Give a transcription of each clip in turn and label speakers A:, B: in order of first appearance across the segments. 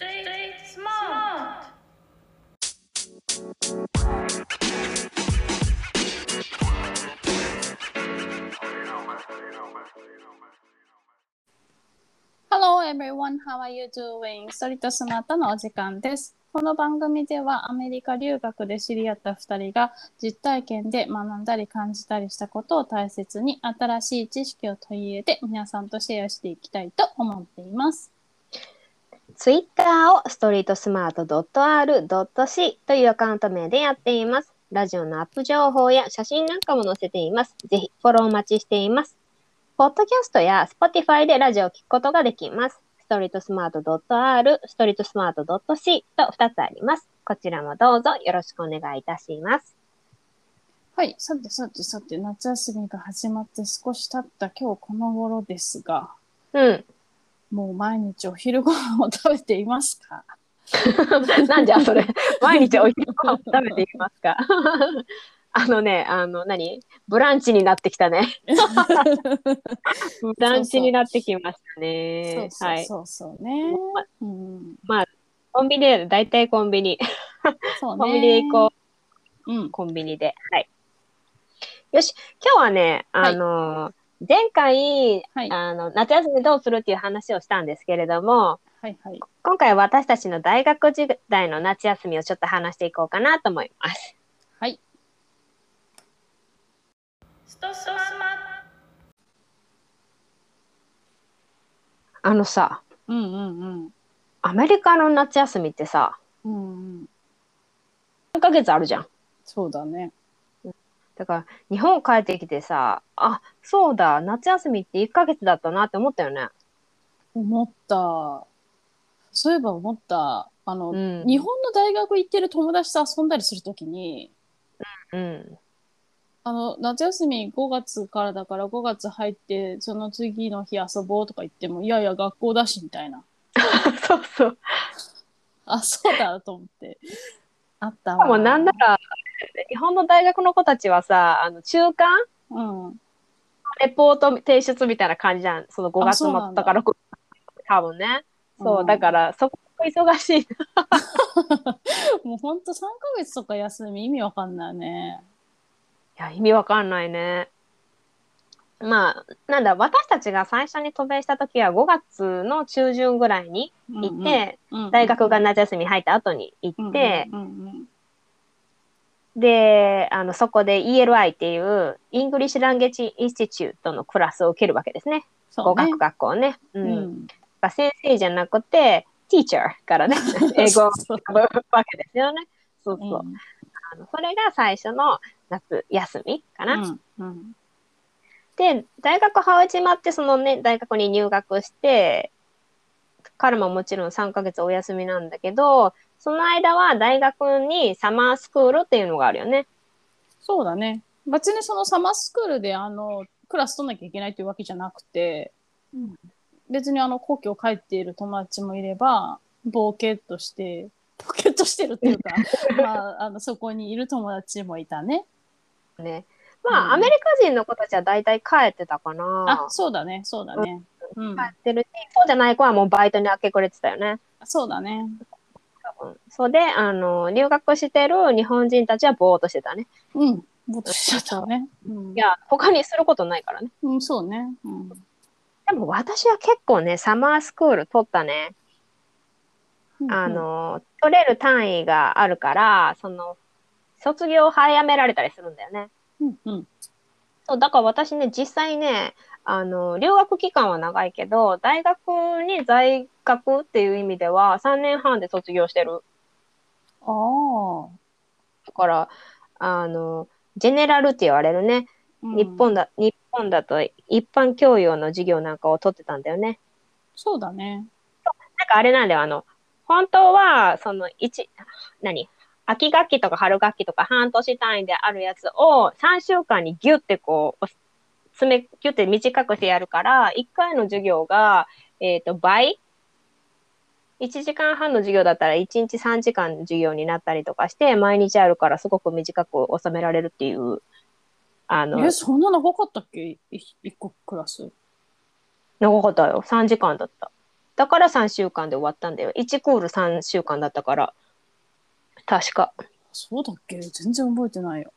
A: it smart. ハロー everyone, how are you doing? ソリとスマートのお時間です。この番組ではアメリカ留学で知り合った2人が実体験で学んだり感じたりしたことを大切に新しい知識を取り入れて皆さんとシェアしていきたいと思っています。
B: ツイッターをストリートスマート .r.c というアカウント名でやっています。ラジオのアップ情報や写真なんかも載せています。ぜひフォローお待ちしています。ポッドキャストや Spotify でラジオを聞くことができます。ストリートスマート .r、ストリートスマート .c と2つあります。こちらもどうぞよろしくお願いいたします。
A: はい、さてさてさて、夏休みが始まって少し経った今日この頃ですが、
B: うん。
A: もう毎日お昼ご飯を食べていますか
B: なんじゃ それ。毎日お昼ご飯を食べていますか あのね、あの、何ブランチになってき たね。ブランチになってきました
A: そう
B: ね。
A: そ
B: は
A: う
B: い。
A: そうそうね。うん、
B: コンビニで、大体コンビニ。
A: そうね。
B: コンビニで行こ
A: う。うん
B: う。。コンビニで。はい。よし、今日はね、あの、前回、
A: はい。
B: あの、夏休みどうするっていう話をしたんですけれども、
A: はいはい。
B: 今回私たちの大学時代の夏休みをちょっと話していこうかなと思います。
A: はい。
C: ストスマ
B: あのさ、
A: うんうん
B: アメリカの夏休みってさ、
A: うん。うんうん。
B: 3ヶ月あるじゃん。
A: そうだね。
B: だから、日本帰ってきてさ、あ、そうだ、夏休みって1ヶ月だったなって思ったよね。
A: 思った。そういえば思った。あの、
B: うん
A: 日本の大学行ってる友達と遊んだりするときに、
B: うん。
A: あの、夏休み5月からだから5月入って、その次の日遊ぼうとか言っても、いやいや学校だしみたいな。
B: そうそう。
A: あ、そうだと思って。あった
B: しか
A: わ。
B: もなんなら、日本の大学の子たちはさ、あの中間
A: うん。
B: レポート提出みたいな感じじゃん。その5
A: あ
B: 月
A: そう
B: 末
A: なんだ
B: とか6月多分ね。そう、
A: うん
B: だから、そこ忙しい。
A: もうほんと3ヶ月とか休み意味わかんないね。
B: いや、意味わかんないね。まあ、なんだ、私たちが最初に渡米した時は5月の中旬ぐらいに
A: うんうん
B: 行って、
A: うんうん
B: 大学が夏休み入った後に行って、
A: うんうん
B: で、あの、そこで ELI っていう、イングリッシュ・ランゲージ・インスティチュートのクラスを受けるわけですね。
A: そ
B: 語
A: うね
B: 学学校ね。う。
A: うんん、
B: が先生じゃなくて、teacher からね、英語を
A: そう
B: 学ぶわけですよね。そうそ
A: う
B: う。
A: ん
B: あのそれが最初の夏休みかな。
A: うんうん
B: で、大学ハウジマってそのね、大学に入学して、からももちろん3ヶ月お休みなんだけど、その間は大学にサマースクールっていうのがあるよね。
A: そうだね。別にそのサマースクールであのクラス取んなきゃいけないというわけじゃなくて、
B: うん
A: 別にあの故郷帰っている友達もいれば、冒険として、冒険としてるっていう か、まあ、あのそこにいる友達もいたね。
B: ね。まあ、
A: うん
B: アメリカ人の子たちは大体帰ってたか
A: あ
B: な、。
A: そうだね、そうだね。うん
B: 帰、ってるし、そうじゃない子はもうバイトに明け暮れてたよね。
A: そうだね。
B: 多分そうで、あの、留学してる日本人たちはぼーっとしてたね。
A: うん、ぼっとしちゃったね。うん
B: い、や、他にすることないからね。
A: うん、そうね。うん
B: でも私は結構ね、サマースクール取ったね。あ、の、取れる単位があるから、その、卒業早められたりするんだよね。
A: うんうん、
B: そう、だから私ね、実際ね、あの、留学期間は長いけど、大学に在学っていう意味では3年半で卒業してる。
A: ああ。
B: だから、あの、ジェネラルって言われるね。
A: うん
B: 日本だ、日本だと一般教養の授業なんかを取ってたんだよね。
A: そうだね。
B: なんかあれなんだよ、あの、本当は、その、一、何秋学期とか春学期とか半年単位であるやつを3週間にギュってこう、詰め、ギュって短くしてやるから、1回の授業が、えっ、と、倍 ?1 時間半の授業だったら1日3時間の授業になったりとかして、毎日あるからすごく短く収められるっていう、あの、
A: え、そんな長かったっけい一個クラス。
B: 長かったよ。3時間だった。だから3週間で終わったんだよ。1クール3週間だったから。確か。
A: そうだっけ全然覚えてないよ。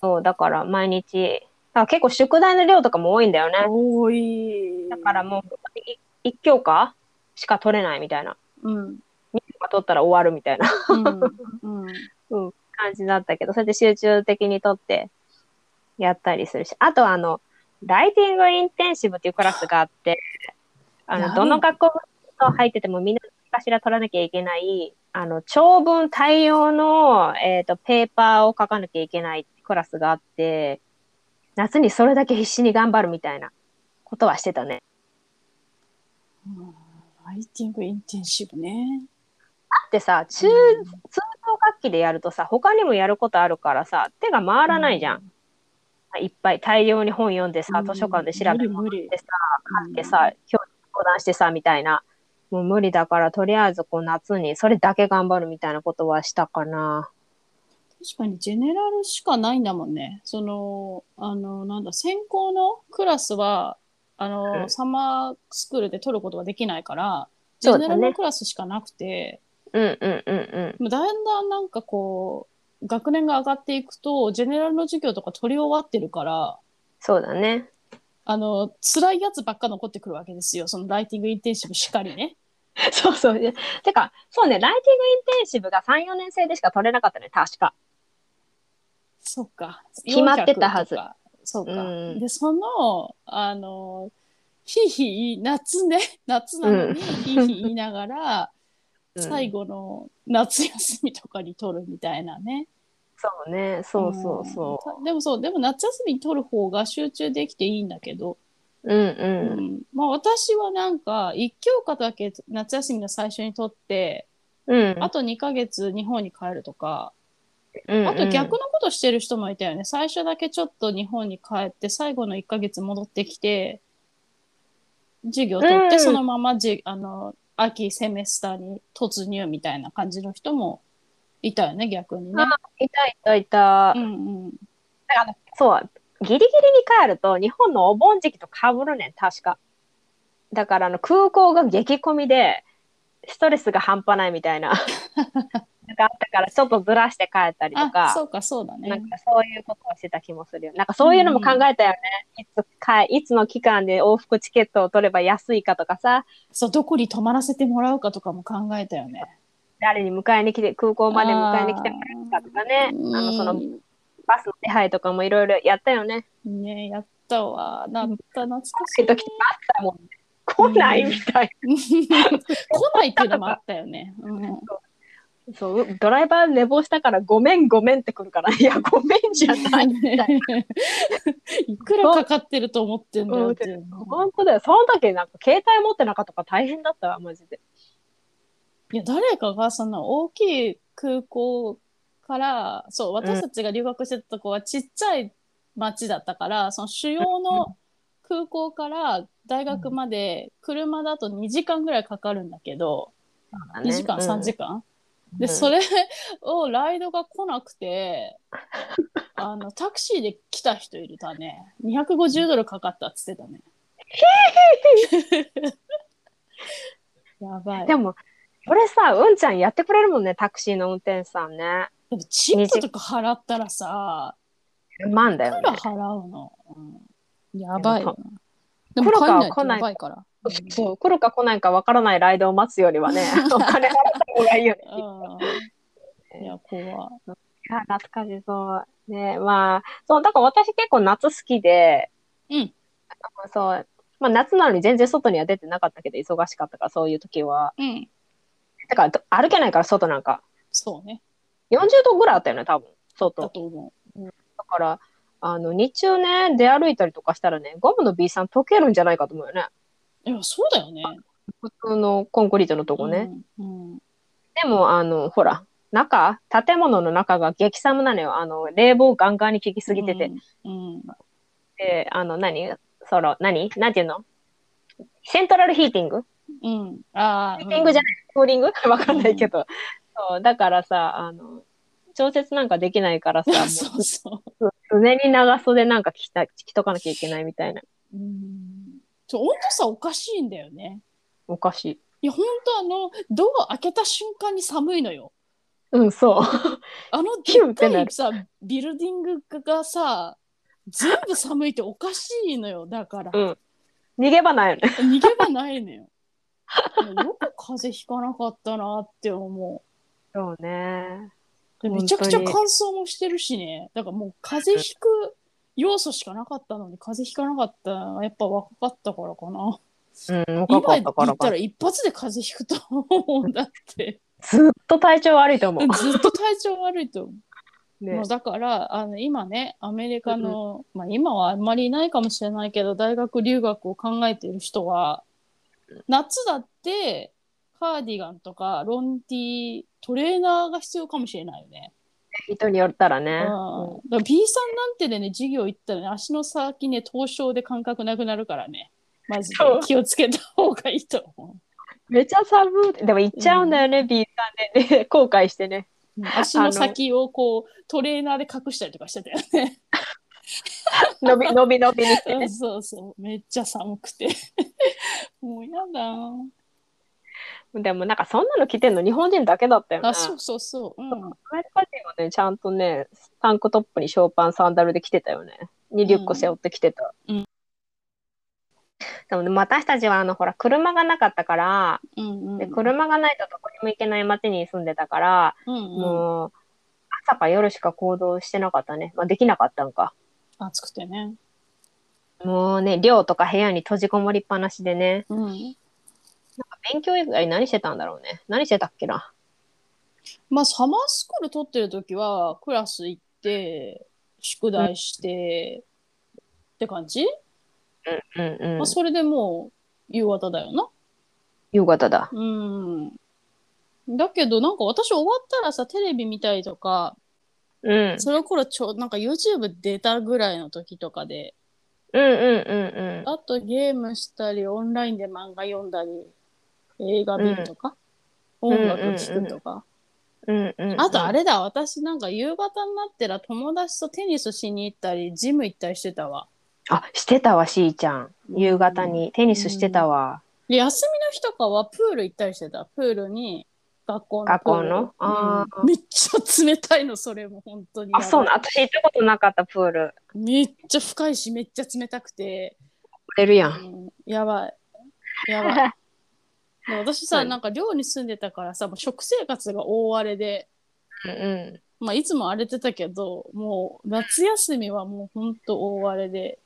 B: そう、だから毎日、だから結構宿題の量とかも多いんだよね。
A: 多い。
B: だからもう、い一教科しか取れないみたいな。
A: う。うん。
B: 二教科取ったら終わるみたいな
A: うん。 うん。
B: 感じだったけど、それで集中的に取ってやったりするし。あと、あの、ライティングインテンシブっていうクラスがあって、あ
A: な
B: の、
A: るほ
B: ど
A: ど
B: の学校が入っててもみんな何かしら取らなきゃいけない、あの、長文対応の、えっ、と、ペーパーを書かなきゃいけないクラスがあって、夏にそれだけ必死に頑張るみたいなことはしてたね。
A: うんライティングインテンシブね。
B: ってさ中、
A: うん
B: 通常楽器でやるとさ他にもやることあるからさ手が回らないじゃん、いっぱい大量に本読んでさ
A: うん
B: 図書館で調べて
A: 無理無理
B: でさ書いて
A: うん
B: さ教授に相談してさみたいなもう無理だからとりあえずこう夏にそれだけ頑張るみたいなことはしたかな
A: 確かにジェネラルしかないんだもんね。その、あの、なんだ、専攻のクラスは、あの、
B: うん
A: サマースクールで取ることができないから、ジ
B: そ
A: ェ
B: うだ
A: ネ
B: ね
A: ラルのクラスしかなくて、
B: うんうんうんうん
A: もうだんだんなんかこう、学年が上がっていくと、ジェネラルの授業とか取り終わってるから、
B: そうだね
A: あの、辛いやつばっか残ってくるわけですよ。そのライティングインテンシブしっかりね。
B: そうそうてかそうねライティングインテンシブが34年生でしか取れなかったね確か
A: そっか。
B: 決まってたはず
A: 400とか。そうか。
B: うん
A: で、その、あの、ひいひい、夏ね、 夏なのに、ひいひい言いながら、
B: うん
A: 最後の夏休みとかに取るみたいなね。
B: そうねそうそうそう
A: うんでもそう、でも夏休みに取る方が集中できていいんだけど、
B: うん
A: う
B: うん
A: んまあ私はなんか、一教科だけ夏休みの最初に取って、
B: うん
A: あと2ヶ月日本に帰るとか、
B: うん
A: あと逆
B: うん
A: のことしてる人もいたよね。最初だけちょっと日本に帰って、最後の1ヶ月戻ってきて、授業取っ
B: う
A: て、
B: ん
A: そのままじ、あの、秋セメスターに突入みたいな感じの人もいたよね、逆にね。
B: いたいたいた
A: う。んうん。
B: そう、ギリギリに帰ると日本のお盆時期と被るねん、確か。だからあの空港が激混みで、ストレスが半端ないみたいな。なんかあったからちょっとずらして帰ったりと
A: あ、
B: か、
A: そうか、そうだね。
B: なんかそういうことをしてた気もするよ。なんかそういうのも考えたよね。いつかいつの期間で往復チケットを取れば安いかとかさ、
A: そう、どこに泊まらせてもらうかとかも考えたよね。
B: 誰に迎えに来て、空港まで迎えに来てもらうかとかね、あのその
A: うん
B: バスの手配とかもいろいろやったよね。
A: ねやったわ。なんか懐かし
B: 帰
A: い
B: る時とかあったもんね。来ないみたいな。
A: ね。 来ないっていうのもあったよね。うん
B: そうドライバー寝坊したからごめんごめんってくるから いやごめんじゃない
A: いくらかかってると思ってんだよっていうの。
B: 本当だよその時なんか携帯持ってなかったから大変だったわマジで
A: いや、誰かがその大きい空港から、そう、私たちが留学してたとこはちっちゃい町だったから、その主要の空港から大学まで車だと2時間ぐらいかかるんだけど、2時間、3時間、
B: 間
A: で、それをライドが来なくて、あの、タクシーで来た人いるたね。250ドルかかったっつってたね。やばい。で
B: で
A: も、
B: もこれさうんちゃんやってくれるもんねタクシーの運転手さんね
A: チップとか払ったらさ、
B: 1万だ
A: い
B: よ
A: く
B: ね
A: ら払うの、うんやばいよな。でも
B: 黒
A: 帰ん
B: 川
A: ないと
B: 来ない
A: やばいから。う
B: そう来るか来ないかわからないライドを待つよりは ねお金払った方がいいよね
A: んうんいや、怖い。
B: いや懐かしそうねまあそうだから私結構夏好きで
A: うん
B: そうまあ、夏なのに全然外には出てなかったけど忙しかったからそういう時は
A: うん。
B: だからど歩けないから外なんか
A: そうね。
B: 40度ぐらいあったよね多分
A: だ
B: 外
A: と思
B: だからあの日中ね出歩いたりとかしたらねゴムの B さん溶けるんじゃないかと思うよね
A: う。いや、そうだよね。
B: 普通のコンクリートのとこね、
A: うん。うん
B: でもあのほら中建物の中が激寒なのよあの冷房ガンガンに効きすぎてて、。
A: うん。うん
B: であの何その何なんていうのセントラルヒーティング
A: うん。ああ。
B: ヒーティングじゃ
A: ない。
B: ない、クーリングわかんないけど、そうだからさあの調節なん かできないからさもう
A: そうそ
B: 常に長袖なんか着た着とかなきゃいけないみたいな。
A: う。うん。ちょ温度差おかしいんだよね。
B: おかしい。
A: いや本当あのドア開けた瞬間に寒いのよ。
B: うん、そう。
A: あの
B: キュン
A: で
B: っ
A: ってか
B: ないる
A: さビルディングがさ全部寒いっておかしいのよだから
B: うん逃げ場ないよね。
A: 逃げ場ないのよ。よく風邪ひかなかったなって思
B: そうね。
A: う。でめちゃくちゃ
B: 本当に
A: 乾燥もしてるしねだからもう風邪ひく要素しかなかったのに風邪ひかなかったのはやっぱ若かったからかな。
B: うん、若
A: 今
B: かっ
A: 言
B: たから
A: っ
B: か
A: たら一発で風邪ひくと思うんだって。
B: ずっと体調悪いと思う。
A: ずっと体調悪いと思う。
B: ね
A: もう、だからあの今ねアメリカの、まあ、今はあんまりいないかもしれないけど大学留学を考えている人は夏だってカーディガンとかロンティートレーナーが必要かもしれないよね。
B: 人によったら
A: うん
B: ね。
A: だ
B: う
A: から B さんなんてでね授業行ったらね足の先ね凍傷で感覚なくなるからねマジで
B: そう
A: 気をつけた方がいいと思
B: んめちゃ寒い。でも行っちゃうんだよね、B さんで。で、後悔してね。
A: う。足の先をこうトレーナーで隠したりとかしてたよね。
B: 伸び伸び伸びにしてね。
A: そうそうめっちゃ寒く てもうやだ。
B: でもなんかそんなの着てんの日本人だけだったよね。
A: あ、そうそうそう。うん。
B: アメリカ人はね、ちゃんとね、タンクトップにショーパン、サンダルで着てたよね。にリュック背負って着てた。
A: うん
B: でもね、私たちはあの、ほら、車がなかったから、
A: うん
B: で車がないとどこにも行けない町に住んでたから、
A: うんうん。
B: もう、朝か夜しか行動してなかったね。まあ、できなかったんか。
A: 暑くてね。
B: もうね、寮とか部屋に閉じこもりっぱなしでね。
A: うん。
B: 勉強以外何してたんだろうね。何してたっけな。
A: まあ、サマースクール取ってる時は、クラス行って、宿題して、って感じ、
B: うんうん
A: まあ、。それでもう、夕方だよな。
B: 夕方だ。
A: うん。だけど、なんか私終わったらさ、テレビ見たりとか、
B: うん。
A: その頃ちょ、なんか YouTube 出たぐらいの時とかで、
B: うんうんうん
A: あとゲームしたり、オンラインで漫画読んだり、映画見るとか、
B: ん
A: 音楽聴くとか、
B: うん。うんうんうん。
A: あとあれだ、私なんか夕方になったら友達とテニスしに行ったり、ジム行ったりしてたわ。
B: あ、してたわ、しーちゃん。夕方に。テニスしてたわ。
A: で休みの日とかはプール行ったりしてた。プールに、学校のプール。
B: 学校のあー
A: うんめっちゃ冷たいの、それも本当に。
B: あ、そうな。私行ったことなかった、プール。
A: めっちゃ深いし、めっちゃ冷たくて、
B: 売れるや。
A: うんんやばい。やば い。で私さ、
B: はい
A: なんか寮に住んでたからさ、もう食生活が大荒れで、
B: うんう
A: まあ、いつも荒れてたけど、もう夏休みはもうほんと大荒れで。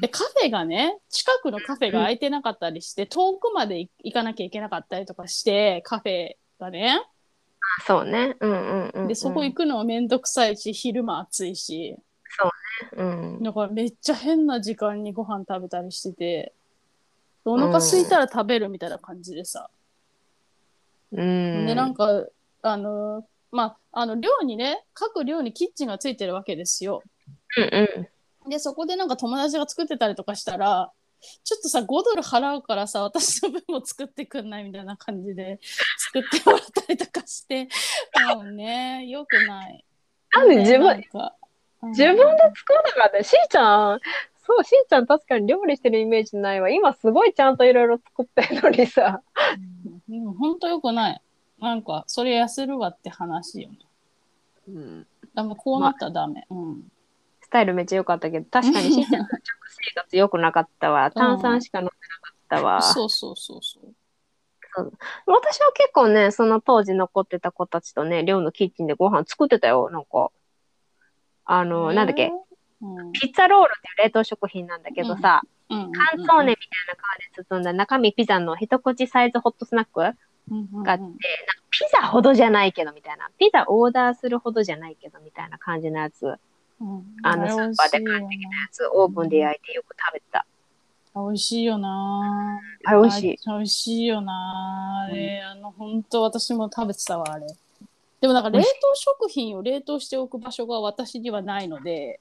A: で、カフェがね、近くのカフェが空いてなかったりして、遠くまで行かなきゃいけなかったりとかして、カフェがね。
B: あそうね。うんうんうんうん。
A: で、そこ行くのはめんどくさいし、昼間暑いし。
B: うん。
A: だからめっちゃ変な時間にご飯食べたりしてて、お腹空いたら食べるみたいな感じでさ。
B: うん。
A: でなんかあのまああの寮にね各寮にキッチンがついてるわけですよ
B: うんうん。
A: でそこでなんか友達が作ってたりとかしたらちょっとさ5ドル払うからさ私の分も作ってくんないみたいな感じで作ってもらったりとかしてもうねよくない
B: なんで自分
A: なんかうん
B: 自分で作らなかった。しーちゃん、そう、しーちゃん確かに料理してるイメージないわ。今すごいちゃんといろいろ作ってるのにさ。
A: うんうんほんとよくないなんかそれ痩せるわって話よね
B: うん。
A: でもこうなったらダメ、うん
B: スタイルめっちゃ良かったけど、確かにしーちゃんの食生活良くなかったわ。炭酸しか飲んでなかったわ。
A: そうそうそうそう
B: 私は結構ね、その当時残ってた子たちとね、寮のキッチンでご飯作ってたよ、なんか。あの、なんだっけ、
A: うん
B: ピッツァロールっていう冷凍食品なんだけどさ、
A: うんうん
B: カンツォーネみたいな皮で包んだ中身ピザの一口サイズホットスナックがあって、
A: が
B: なんかピザほどじゃないけどみたいな、ピザオーダーするほどじゃないけどみたいな感じのやつ、やあのスーパーで買
A: ってき
B: つオーブンで焼いてよく食べてた。
A: 美味しいよな。
B: あれ美味しい。
A: あ。美味しいよな。あれ、あの、本当私も食べてたわ、あれ。でもなんか冷凍食品を冷凍しておく場所が私にはないので、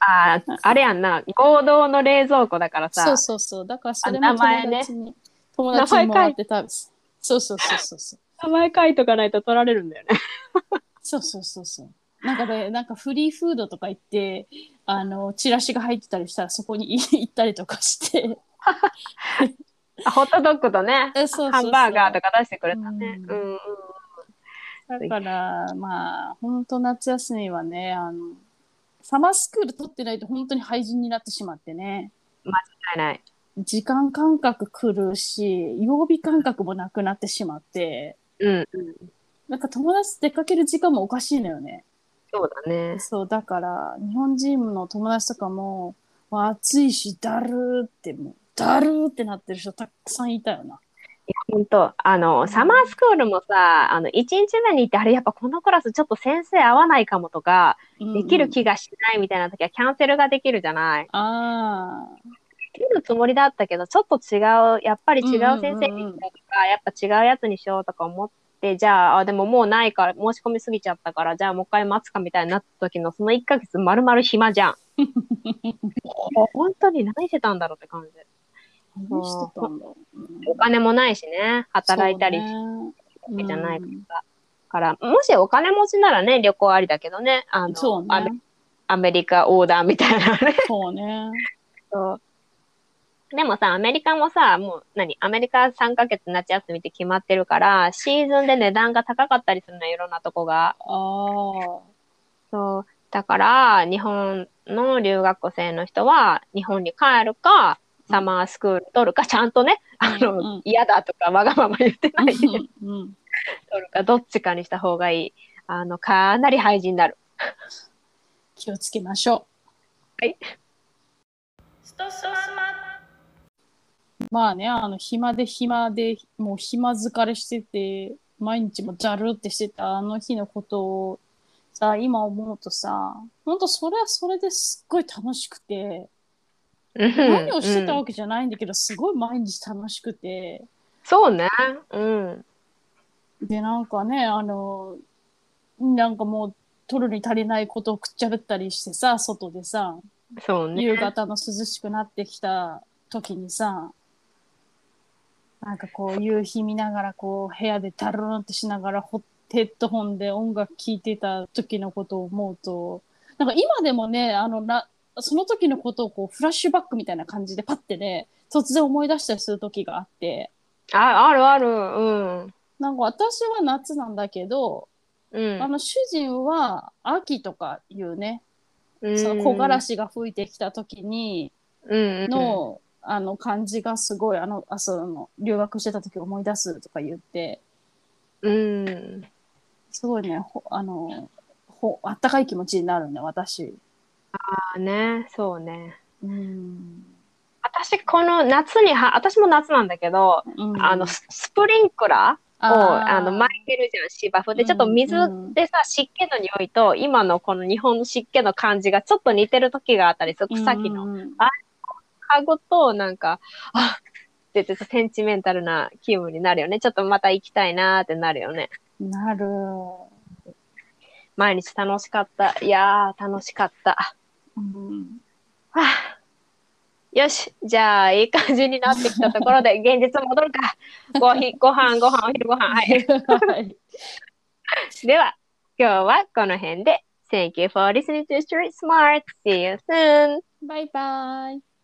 B: あーあれやんな、合同の冷蔵庫だからさ、
A: そうそうそう。だからそれ
B: あ
A: も
B: 名前
A: 友
B: ね
A: 達に、友達に
B: 名
A: も
B: 前
A: ら
B: 書い
A: って食べて。そうそうそうそうそう。
B: 名前書いとかないと取られるんだよね。
A: そうそうそうそう。なんかね、なんかフリーフードとか行って、あの、チラシが入ってたりしたらそこに行ったりとかして、
B: あホットドッグとね、
A: えそうそうそう
B: ハンバーガーとか出してくれたね。
A: う
B: うんんうん
A: だから、まあ、本当夏休みはね、あの、サマースクール取ってないと本当に廃人になってしまってね、
B: ないない。
A: 時間感覚狂うし、曜日感覚もなくなってしまって、
B: うん、うん、
A: なんか友達と出かける時間もおかしいのよね。
B: そうだね。
A: そう、だから、日本人の友達とかも、もう暑いし、だるーって、もう、だるーってなってる人たくさんいたよな。
B: いや本当あの、サマースクールもさ、あの、1日目に行って、あれ、やっぱこのクラスちょっと先生合わないかもとか、できる
A: 気
B: 気がしないみたいな時はキャンセルができるじゃない。
A: ああ、
B: できるつもりだったけど、ちょっと違う、やっぱり違う先生にしようとか、やっぱ違うやつにしようとか思って、じゃあ、あでももうないから、申し込みすぎちゃったから、じゃあもう一回待つかみたいになった時の、その1ヶ月丸々暇 じゃん。本当に何してたんだろうって感じ。
A: 何してたんだろうね、
B: お金もないしね、働いたりし
A: そう
B: け
A: ね
B: じゃない
A: うん
B: から、もしお金持ちならね、旅行ありだけどね、あの、
A: そう
B: アメ
A: ね。
B: アメリカ横断みたいな ね。
A: そうね。
B: でもさ、アメリカもさ、もう何、アメリカ3ヶ月夏休みって決まってるから、シーズンで値段が高かったりするの、いろんなとこが。
A: ああ。
B: そう。だから、日本の留学生の人は、日本に帰るか、サマースクール取るか、ちゃんとね、
A: う
B: あ
A: んう
B: の
A: ん、
B: 嫌だとか、わがまま言ってないで、
A: うんうん
B: 取るか、どっちかにした方がいい。あの、かなり廃人になる。
A: 気をつけましょ
B: ストスマ
A: う。まあね、あの、暇で暇で、もう暇疲れしてて、毎日もじゃるってしてたあの日のことを、さ、今思うとさ、ほんとそれはそれですっごい楽しくて、何をしてたわけじゃないんだけど、すごい毎日楽しくて、
B: そうね。うん。
A: で、なんかね、あの、なんかもう、取るに足りないことをくっちゃべったりしてさ、外でさ、
B: そうね。
A: 夕方の涼しくなってきた時にさ、なんかこう、夕日見ながら、こう、部屋でタルーンってしながら、ホッヘッドホンで音楽聴いてた時のことを思うと、なんか今でもね、あの、な、その時のことをこう、フラッシュバックみたいな感じでパッてね、突然思い出したりする時があって、
B: あ、あるある。うん。
A: なんか私は夏なんだけど、
B: うん。
A: あの主人は秋とかいうね、
B: うん
A: その木枯らしが吹いてきた時に
B: うんうん
A: の、あの感じがすごいあのあその留学してた時思い出すとか言って
B: うん。
A: すごいねほあのほあったかい気持ちになるね私。
B: あね、そうね。
A: うん
B: 私、この夏には、私も夏なんだけど、
A: うん
B: あの、ススプリンクラーを、あの、
A: 前
B: 巻いてるじゃん、芝生で。ちょっと水でさ、湿気の匂いと、今のこの日本の湿気の感じがちょっと似てる時があったりする。草木の。
A: の
B: かごと、なんか、あって言ってセンチメンタルな気分になるよね。ちょっとまた行きたいなーってなるよね。
A: なる。
B: 毎日楽しかった。いやー、楽しかった。
A: うん
B: はあよし、じゃあ、いい感じになってきたところで、現実戻るか。ごひご飯、ご飯、お昼ご飯。はい。
A: はい
B: では、今日はこの辺で。Thank you for listening to Street Smart. See you soon.
A: バイバイ。